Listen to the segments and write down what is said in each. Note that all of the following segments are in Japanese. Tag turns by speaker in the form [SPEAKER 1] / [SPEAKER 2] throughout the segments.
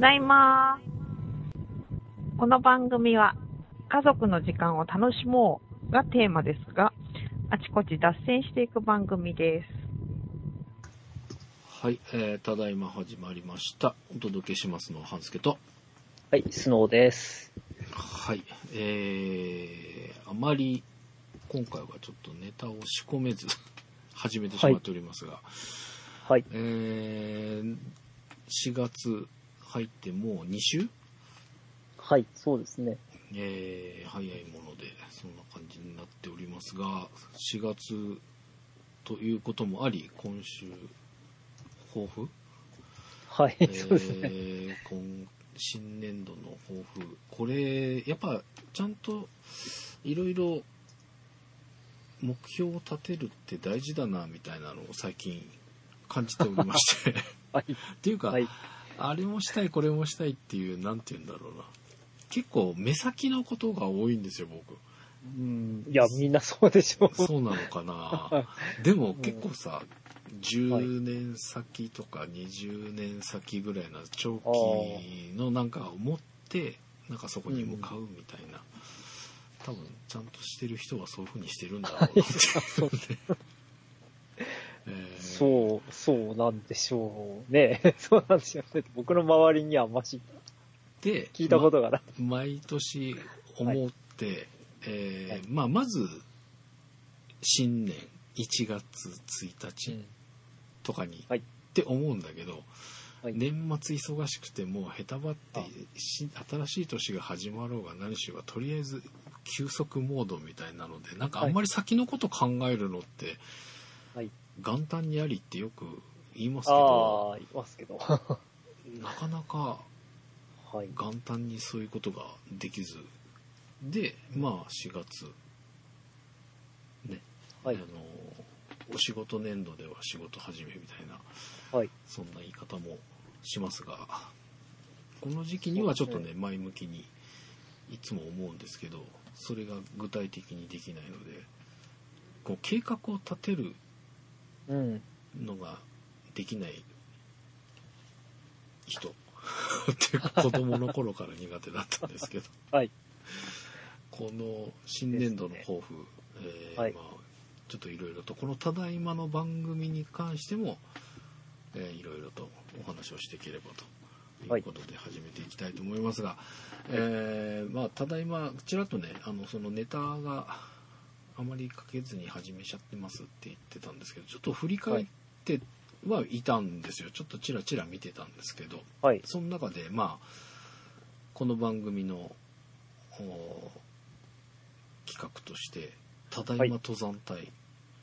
[SPEAKER 1] だいまこの番組は家族の時間を楽しもうがテーマですが、あちこち脱線していく番組です。
[SPEAKER 2] はい、えー、ただいま始まりました。お届けしますのは、半助と。
[SPEAKER 3] はい、スノーです。
[SPEAKER 2] はい、えー、あまり、今回はちょっとネタを仕込めず、 始めてしまっておりますが、
[SPEAKER 3] はい。
[SPEAKER 2] えー、4月入ってもう2週
[SPEAKER 3] はい、そうですね。
[SPEAKER 2] えー、早いもので、そんな感じになっておりますが、4月ということもあり、今週、抱負
[SPEAKER 3] はい、
[SPEAKER 2] え
[SPEAKER 3] そうですね。
[SPEAKER 2] ー今新年度の抱負これやっぱちゃんといろいろ目標を立てるって大事だなみたいなのを最近感じておりまして っ
[SPEAKER 3] はい、
[SPEAKER 2] ていうか、
[SPEAKER 3] はい。
[SPEAKER 2] あれもしたいこれもしたいっていうなんて言うんだろうな結構目先のことが多いんですよ僕
[SPEAKER 3] うん、いや、みんなそうでしょう。
[SPEAKER 2] そうなのかなでも結構さ10年先とか20年先ぐらいの長期のなんかを持ってなんかそこに向かうみたいな多分ちゃんとしてる人はそういう風にしてるんだろうなって
[SPEAKER 3] そう
[SPEAKER 2] えー
[SPEAKER 3] そう、そうなんでしょうね。 そうなんですよね。僕の周りにはあんまし
[SPEAKER 2] で
[SPEAKER 3] 聞いたことがない。
[SPEAKER 2] ま毎年思って、えー
[SPEAKER 3] はい
[SPEAKER 2] まあまず新年1月1日とかに、
[SPEAKER 3] はい
[SPEAKER 2] って思うんだけど、
[SPEAKER 3] はい
[SPEAKER 2] 年末忙しくてもうへたばってし新しい年が始まろうが何しようがとりあえず休息モードみたいなのでなんかあんまり先のこと考えるのって、
[SPEAKER 3] はい
[SPEAKER 2] 元旦にありってよく言いますけど
[SPEAKER 3] ああ、いま すけど。は
[SPEAKER 2] なかなか
[SPEAKER 3] い。
[SPEAKER 2] 元旦にそういうことができずでまあ4月ね、
[SPEAKER 3] はい
[SPEAKER 2] あのお仕事年度では仕事始めみたいな
[SPEAKER 3] はい。
[SPEAKER 2] そんな言い方もしますがこの時期にはちょっと
[SPEAKER 3] そう
[SPEAKER 2] ね前向きにいつも思うんですけどそれが具体的にできないのでこう計画を立てる
[SPEAKER 3] うん。
[SPEAKER 2] のができない人って子供の頃から苦手だったんですけど
[SPEAKER 3] はい。
[SPEAKER 2] この新年度の抱負、えー
[SPEAKER 3] はい
[SPEAKER 2] まあ、ちょっといろいろとこの「ただいま」の番組に関してもいろいろとお話をしていければと。い
[SPEAKER 3] は
[SPEAKER 2] う
[SPEAKER 3] い
[SPEAKER 2] ことで始めていきたいと思いますが、えーまあただいまちらっとねあのそのネタがあまりかけずに始めちゃってますって言ってたんですけどちょっと振り返ってはいたんですよ、ちょっとちらちら見てたんですけど
[SPEAKER 3] はい。
[SPEAKER 2] その中でまあこの番組のお企画として「ただいま登山隊」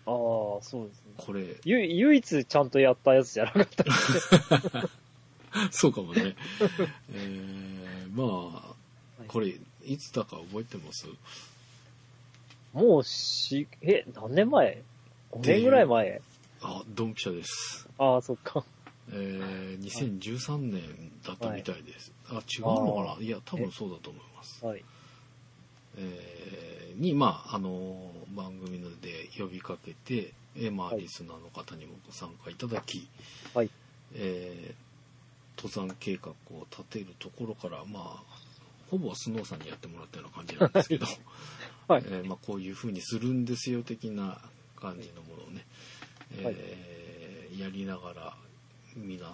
[SPEAKER 3] ああ、そうですね。
[SPEAKER 2] これ
[SPEAKER 3] ゆ、唯一ちゃんとやったやつじゃなかった。
[SPEAKER 2] そうかもね えーまあ
[SPEAKER 3] はい
[SPEAKER 2] これいつだか覚えてます
[SPEAKER 3] もうし、え、何年前 ?5 年ぐらい前。
[SPEAKER 2] あドンピシャです
[SPEAKER 3] ああ、そっか。
[SPEAKER 2] えー2013年だったみたいです、あ違うのかないや多分そうだと思います
[SPEAKER 3] はい。
[SPEAKER 2] えーに、まあ、あの番組ので呼びかけて、えーまあ、
[SPEAKER 3] はい
[SPEAKER 2] リスナーの方にもご参加いただき、
[SPEAKER 3] はい
[SPEAKER 2] えー登山計画を立てるところから、まあ、ほぼスノーさんにやってもらったような感じなんですけど、
[SPEAKER 3] はい
[SPEAKER 2] えーまあ、こういうふうにするんですよ的な感じのものをね、
[SPEAKER 3] はい
[SPEAKER 2] えーやりながら皆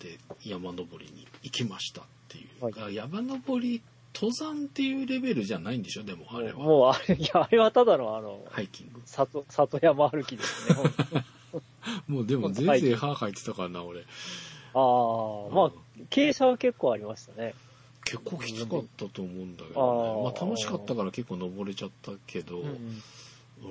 [SPEAKER 2] で山登りに行きましたっていう、
[SPEAKER 3] はい
[SPEAKER 2] あ山登り登山っていうレベルじゃないんでしょでもあれは
[SPEAKER 3] もうあれ、いや、あれはただのあの、
[SPEAKER 2] ハイキング
[SPEAKER 3] 里、里山歩きですね。
[SPEAKER 2] もうでも
[SPEAKER 3] はい
[SPEAKER 2] 全然歯入ってたからな俺、
[SPEAKER 3] ああ、まあ、傾斜は結構ありましたね。
[SPEAKER 2] 結構きつかったと思うんだけど、ね、
[SPEAKER 3] あ
[SPEAKER 2] まあ
[SPEAKER 3] ー
[SPEAKER 2] 楽しかったから結構登れちゃったけど、うん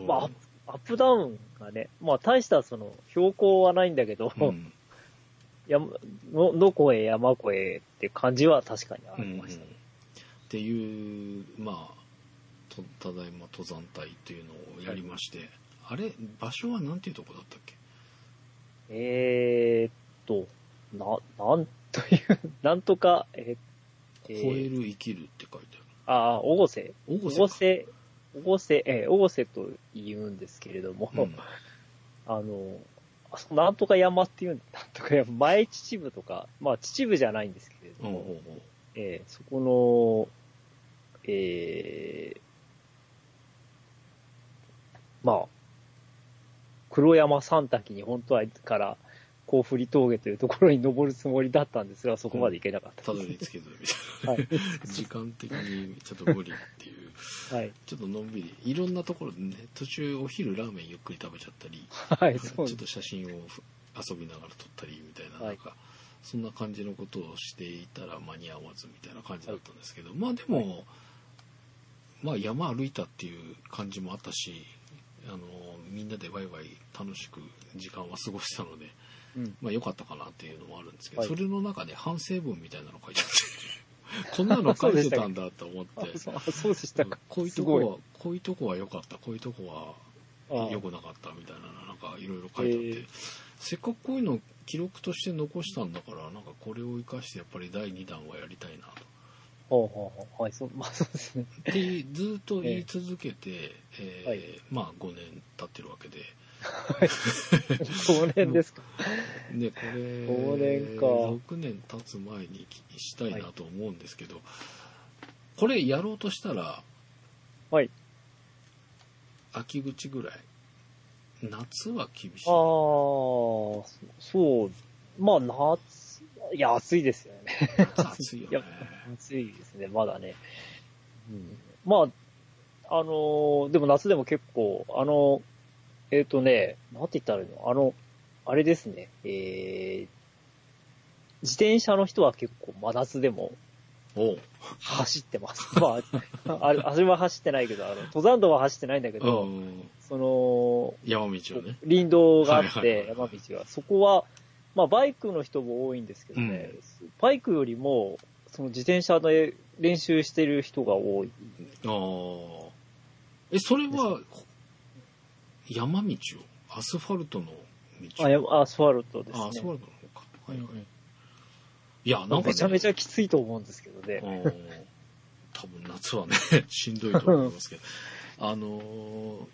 [SPEAKER 3] まあ、アップアップダウンがね、まあ、大したその、標高はないんだけど、
[SPEAKER 2] うん
[SPEAKER 3] 山の、のこへ山越えっていう感じは確かにあ
[SPEAKER 2] うん
[SPEAKER 3] り
[SPEAKER 2] うんっ
[SPEAKER 3] ましたね。
[SPEAKER 2] ていうまあとただいま登山隊っていうのをやりまして、あれ場所はなんていうとこだったっけ
[SPEAKER 3] えーっと、な、なんという、 なんとか、え
[SPEAKER 2] 「
[SPEAKER 3] ー
[SPEAKER 2] 吠え
[SPEAKER 3] えー、
[SPEAKER 2] る生きる」って書いてある
[SPEAKER 3] ああ、おごせ。
[SPEAKER 2] 大
[SPEAKER 3] お
[SPEAKER 2] 越
[SPEAKER 3] ご
[SPEAKER 2] か
[SPEAKER 3] せ、おごせ、えー、おごせと言うんですけれども、
[SPEAKER 2] うん
[SPEAKER 3] あの、あそなんとか山っていうん なんとか山、前秩父とか、まあ秩父じゃないんですけれど
[SPEAKER 2] うん
[SPEAKER 3] も、
[SPEAKER 2] ほうほう
[SPEAKER 3] えーそこの、えーまあ、黒山三滝に本当はから、甲振峠というところに登るつもりだったんですが、そこまで行けなかった
[SPEAKER 2] たど
[SPEAKER 3] です
[SPEAKER 2] り着けずみたい
[SPEAKER 3] はい。
[SPEAKER 2] な時間的にちょっと無理っていう
[SPEAKER 3] はい。
[SPEAKER 2] ちょっとのんびりいろんなところでね途中お昼ラーメンゆっくり食べちゃったり
[SPEAKER 3] は い、
[SPEAKER 2] ち
[SPEAKER 3] そ
[SPEAKER 2] ょっ
[SPEAKER 3] うです。
[SPEAKER 2] と写真をふ遊びながら撮ったりみたいな、
[SPEAKER 3] はい
[SPEAKER 2] なんか、そんな感じのことをしていたら間に合わずみたいな感じだったんですけど、まあでも、まあ山歩いたっていう感じもあったし、あの、みんなでワイワイ楽しく時間は過ごしたので、
[SPEAKER 3] うん。
[SPEAKER 2] まあ良かったかなっていうのもあるんですけど、
[SPEAKER 3] はい
[SPEAKER 2] それの中で反省文みたいなの書いてあって、 こんなの書いてたんだと思っ
[SPEAKER 3] あ
[SPEAKER 2] て、
[SPEAKER 3] そうあそうでしたか。
[SPEAKER 2] こういうとこは、こういうとこは良かった、こういうとこは
[SPEAKER 3] あ
[SPEAKER 2] 良くなかったみたいなのなんかいろいろ書いてあって、
[SPEAKER 3] えー
[SPEAKER 2] せっかくこういうのを記録として残したんだからなんかこれを生かしてやっぱり第2弾はやりたいなと
[SPEAKER 3] ほうほうほう。はい、そう、まあそうで すね。
[SPEAKER 2] ってずっと言い続けて、えー
[SPEAKER 3] はい
[SPEAKER 2] まあ5年経ってるわけで
[SPEAKER 3] 5年ですか。
[SPEAKER 2] でこれ
[SPEAKER 3] 五年か
[SPEAKER 2] 6年経つ前にしたいなと思うんですけど、これやろうとしたら
[SPEAKER 3] はい
[SPEAKER 2] 秋口ぐらい夏は厳しい
[SPEAKER 3] ああ、そそう。まあ、夏、いや、暑いですよね。
[SPEAKER 2] 夏暑いよね
[SPEAKER 3] いや暑いですね、まだね。うん、まあ、あのーでも夏でも結構、あのえっ、とね、なんて言ったらいいのあの、あれですね、えー、自転車の人は結構真夏でも
[SPEAKER 2] おう
[SPEAKER 3] 走ってます。まあ、あれ、あれは走ってないけど、あの、登山道は走ってないんだけど、
[SPEAKER 2] うん
[SPEAKER 3] その、
[SPEAKER 2] 山道をね
[SPEAKER 3] 林道があっ
[SPEAKER 2] はいはい
[SPEAKER 3] て、
[SPEAKER 2] は
[SPEAKER 3] 山道が。そこは、まあ、バイクの人も多いんですけどね、バイクよりも、その自転車で練習してる人が多い。
[SPEAKER 2] ああ。え、それは、山道をアスファルトの道
[SPEAKER 3] あ、やアスファルトです
[SPEAKER 2] あアスファ
[SPEAKER 3] ね。
[SPEAKER 2] ルトの方か。はいはい。いや、なんか、ね、
[SPEAKER 3] めちゃめち
[SPEAKER 2] ゃ。
[SPEAKER 3] ゃきついと思うんですけどね。
[SPEAKER 2] 多分夏はね、 しんどいと思いますけ ど。あのー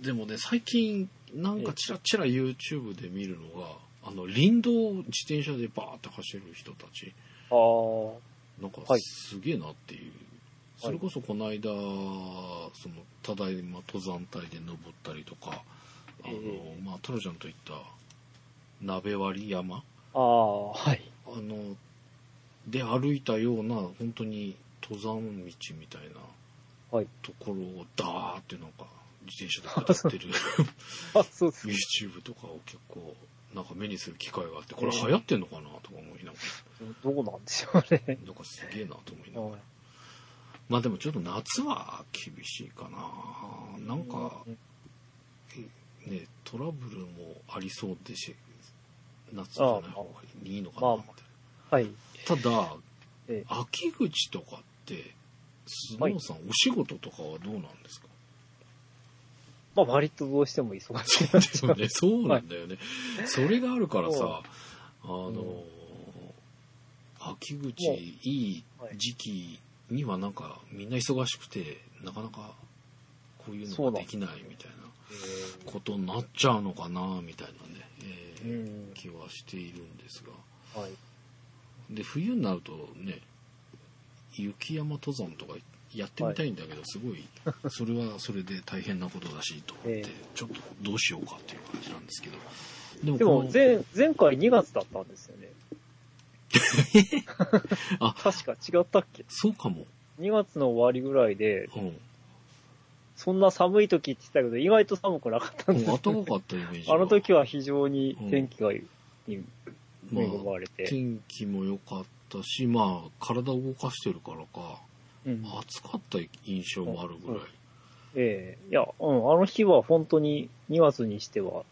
[SPEAKER 2] でもね、最近、なんかちらちら YouTube で見るのが、あの、林道を自転車でバーって走る人たち。
[SPEAKER 3] ああ、
[SPEAKER 2] なんか
[SPEAKER 3] はい
[SPEAKER 2] すげえなっていう、それこそこの間そのただいま登山隊で登ったりとかあの、
[SPEAKER 3] え
[SPEAKER 2] まあトラちゃんと行った鍋割山
[SPEAKER 3] ああ、はい。
[SPEAKER 2] あので歩いたような本当に登山道みたいな
[SPEAKER 3] はい
[SPEAKER 2] ところをダーってなんか自転車で下ってる
[SPEAKER 3] あ、そうです。
[SPEAKER 2] YouTube とかを結構なんか目にする機会があってこれ流行ってんのかなとか思いなが
[SPEAKER 3] どうなんでしょうね
[SPEAKER 2] ら。なんかすげえなと思いながら
[SPEAKER 3] はい
[SPEAKER 2] まあでもちょっと夏は厳しいかな。なんかね、トラブルもありそうでし、夏じゃない方がいいのかな
[SPEAKER 3] まあ
[SPEAKER 2] み
[SPEAKER 3] はい。
[SPEAKER 2] たいな。ただ
[SPEAKER 3] ええ、
[SPEAKER 2] 秋口とかって、スノーさん、お仕事とかはどうなんですか
[SPEAKER 3] まあ、割とどうしても忙し い。
[SPEAKER 2] そうね、そうなんだよね。それがあるからさ、あのー、秋口
[SPEAKER 3] もう
[SPEAKER 2] いい時期にはなんかみんな忙しくて、なかなかこういう
[SPEAKER 3] そう
[SPEAKER 2] の
[SPEAKER 3] な
[SPEAKER 2] が
[SPEAKER 3] ん
[SPEAKER 2] でき
[SPEAKER 3] で
[SPEAKER 2] ないみたいなことになっちゃうのかな、みたいなね、え
[SPEAKER 3] う
[SPEAKER 2] ー
[SPEAKER 3] ん。
[SPEAKER 2] 気はしているんですが。
[SPEAKER 3] はい。
[SPEAKER 2] で、冬になるとね、雪山登山とかやってみたいんだけど、すごい、それはそれで大変なことだし、と思って、
[SPEAKER 3] ええ
[SPEAKER 2] ちょっとどうしようかっていう感じなんですけど。でも
[SPEAKER 3] で
[SPEAKER 2] こ
[SPEAKER 3] も
[SPEAKER 2] の、
[SPEAKER 3] 前、前回2月だったんですよね。
[SPEAKER 2] あ
[SPEAKER 3] 確か違ったっけ
[SPEAKER 2] そうかも。
[SPEAKER 3] 2月の終わりぐらいで、
[SPEAKER 2] うん。
[SPEAKER 3] そんな寒い時って言ってたけど、意外と寒くなかったん
[SPEAKER 2] もう
[SPEAKER 3] です
[SPEAKER 2] 暖かかったイメージが。
[SPEAKER 3] あの時は非常に天気がいい、に
[SPEAKER 2] まあ
[SPEAKER 3] 恵まれて。
[SPEAKER 2] 天気も良かったし、まあ、体を動かしてるからか、
[SPEAKER 3] うん
[SPEAKER 2] 暑かった印象もあるぐらい。
[SPEAKER 3] ええいや、うん、あの日は本当に2月にしては、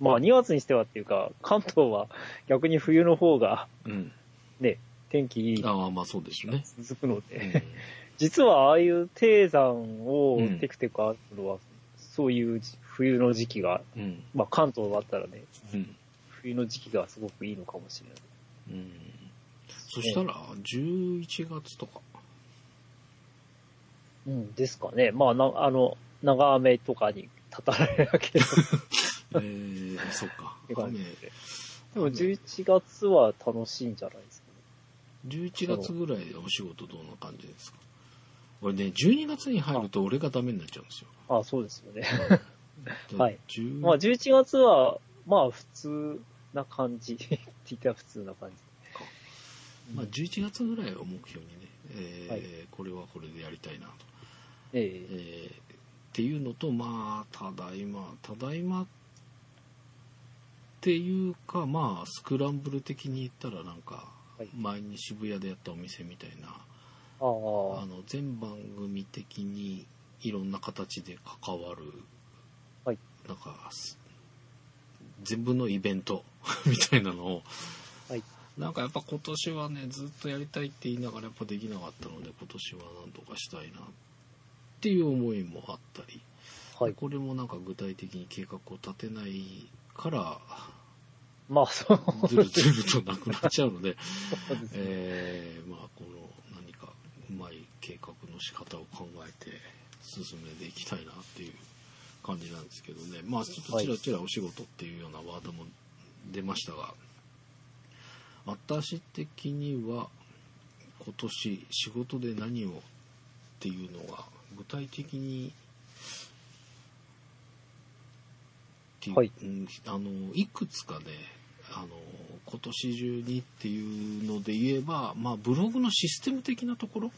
[SPEAKER 3] まあ2月にしてはっていうか、関東は逆に冬の方が
[SPEAKER 2] うん。
[SPEAKER 3] 天気いい日が
[SPEAKER 2] ああ、まあそうです ね。
[SPEAKER 3] 続くの
[SPEAKER 2] う
[SPEAKER 3] で、
[SPEAKER 2] ん
[SPEAKER 3] 実はああいう低山を
[SPEAKER 2] うん
[SPEAKER 3] テクテク歩くのは、そういうじ冬の時期が、
[SPEAKER 2] うん。
[SPEAKER 3] まあ関東だったらね、
[SPEAKER 2] うん。
[SPEAKER 3] 冬の時期がすごくいいのかもしれない。
[SPEAKER 2] うん。そしたら、11月と か。
[SPEAKER 3] うん、ですかね。まあ、なあの、長雨とかに立たられなけれ
[SPEAKER 2] え
[SPEAKER 3] ば。
[SPEAKER 2] ー、そっか
[SPEAKER 3] て。感じ
[SPEAKER 2] 雨、
[SPEAKER 3] で。でも11月は楽しいんじゃないですかね。
[SPEAKER 2] 11月ぐらいでお仕事どんな感じですか俺ね、12月に入ると俺がダメになっちゃうんですよ。
[SPEAKER 3] あ、そうですよね。
[SPEAKER 2] で
[SPEAKER 3] はい
[SPEAKER 2] 10
[SPEAKER 3] まあ11月は、まあ普通な感じ。 って言ったら普通な感じ。
[SPEAKER 2] まあ、11月ぐらいを目標にね、えー
[SPEAKER 3] はい
[SPEAKER 2] これはこれでやりたいなと。
[SPEAKER 3] え
[SPEAKER 2] え
[SPEAKER 3] え
[SPEAKER 2] ーっていうのと、まあ、ただいま、ただいまっていうか、まあ、スクランブル的に言ったらなんか、
[SPEAKER 3] はい
[SPEAKER 2] 前に渋谷でやったお店みたいな、
[SPEAKER 3] ああ
[SPEAKER 2] あの全番組的にいろんな形で関わる、
[SPEAKER 3] はい
[SPEAKER 2] なんかす全部のイベント みたいなのを、
[SPEAKER 3] はい
[SPEAKER 2] なんかやっぱ今年はねずっとやりたいって言いながらやっぱできなかったので今年はなんとかしたいなっていう思いもあったり、
[SPEAKER 3] はい。
[SPEAKER 2] これもなんか具体的に計画を立てないから
[SPEAKER 3] まあそう
[SPEAKER 2] ずるずるとなくなっちゃうの で
[SPEAKER 3] ですね。
[SPEAKER 2] えーまあこの何かうまい計画の仕方を考えて進めていきたいなっていう感じなんですけどねまあちょっとちらちらお仕事っていうようなワードも出ましたが私的には今年仕事で何をっていうのが具体的にってう
[SPEAKER 3] はい
[SPEAKER 2] うんあのいくつかねあの今年中にっていうので言えば、まあ、ブログのシステム的なところ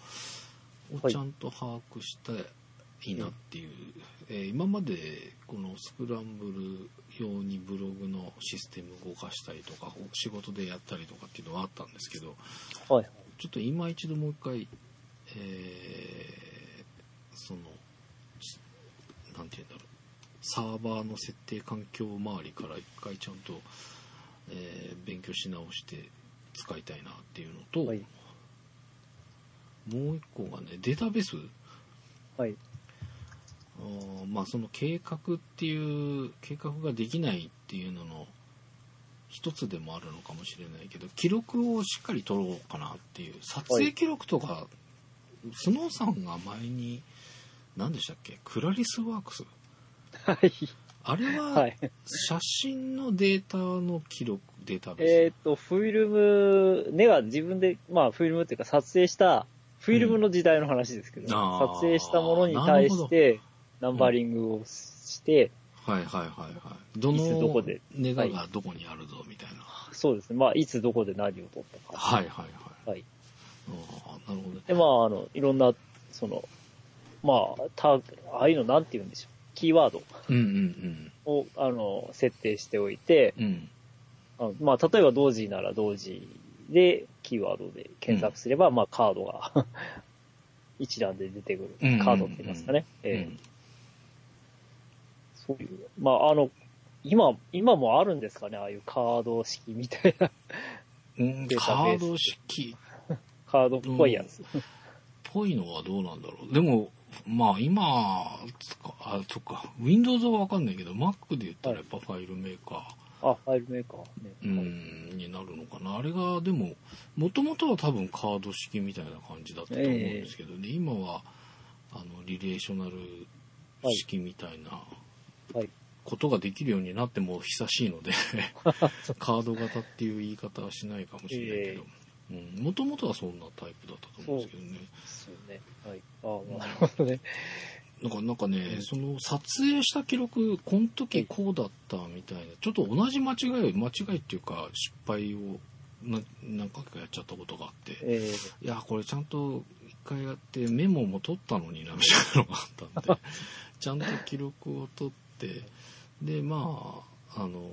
[SPEAKER 2] を
[SPEAKER 3] はい
[SPEAKER 2] ちゃんと把握したいなっていう、えー今までこのスクランブル用にブログのシステムを動かしたりとか仕事でやったりとかっていうのはあったんですけど、
[SPEAKER 3] はい。
[SPEAKER 2] ちょっと今一度もう一回、えーその、しなんて言うんだろう、サーバーの設定環境周りから一回ちゃんと、えー勉強し直して使いたいなっていうのと、
[SPEAKER 3] はい。
[SPEAKER 2] もう一個がね、データベース
[SPEAKER 3] はい。
[SPEAKER 2] あーまあその計画っていう計画ができないっていうのの一つでもあるのかもしれないけど記録をしっかり取ろうかなっていう撮影記録とか、スノーさんが前に何でしたっけクラリスワークス
[SPEAKER 3] はい。
[SPEAKER 2] あれ
[SPEAKER 3] は。
[SPEAKER 2] はい写真のデータの記録データベー
[SPEAKER 3] えっと、フィルム、ねが自分で、まあ、フィルムっていうか撮影した、フィルムの時代の話ですけど、
[SPEAKER 2] うんあー
[SPEAKER 3] 撮影したものに対して、ナンバリングをして、
[SPEAKER 2] スはいはいはいはいど
[SPEAKER 3] いつどこ
[SPEAKER 2] の
[SPEAKER 3] で
[SPEAKER 2] ネガがどこにあるぞみたいな
[SPEAKER 3] そうですね。まあ、いつどこで何を撮ったか。
[SPEAKER 2] はいはいはい
[SPEAKER 3] はい
[SPEAKER 2] あーなるほどね
[SPEAKER 3] で、まあ、あの、いろんな、その、まあ、タグ、ああいうのなんて言うんでしょう。キーワード
[SPEAKER 2] うんうん
[SPEAKER 3] を、あの、設定しておいて、
[SPEAKER 2] うんうん
[SPEAKER 3] あのまあ、例えば同時なら同時で、キーワードで検索すれば、まあ、カードが、 一覧で出てく
[SPEAKER 2] うんうんうん
[SPEAKER 3] る。カードって言いますかね。ええ
[SPEAKER 2] うん
[SPEAKER 3] そういう、まあ、あの、今、今もあるんですかね、ああいうカード式みたいな、
[SPEAKER 2] うん
[SPEAKER 3] デー
[SPEAKER 2] カ
[SPEAKER 3] タベ
[SPEAKER 2] ー
[SPEAKER 3] ース
[SPEAKER 2] ド式っ
[SPEAKER 3] カードっぽいやつ。
[SPEAKER 2] ぽいのはどうなんだろう。でも、まあ今、つかあ、そっか、Windows はわかんないけど、Mac で言ったらやっぱファイルメーカ
[SPEAKER 3] あ、ファイルメーカー、ね。
[SPEAKER 2] ー、うん、になるのかな。あれが、でも、もともとは多分カード式みたいな感じだったと思うんですけどね、今は、あの、リレーショナル式みたいな
[SPEAKER 3] はい。
[SPEAKER 2] ことができるようになってもう久しいので、 カード型っていう言い方はしないかもしれないけど、もともとはそんなタイプだったと思うんですけどね。
[SPEAKER 3] そうね。はい。ああ、なるほどね。
[SPEAKER 2] なんかなんかね、
[SPEAKER 3] うん
[SPEAKER 2] その撮影した記録この時こうだったみたいなちょっと同じ間違い間違いっていうか失敗をな何回かやっちゃったことがあって
[SPEAKER 3] え
[SPEAKER 2] いやこれちゃんと一回やってメモも取ったのになみたいなのがあったんで ちゃんと記録を取ってでまああの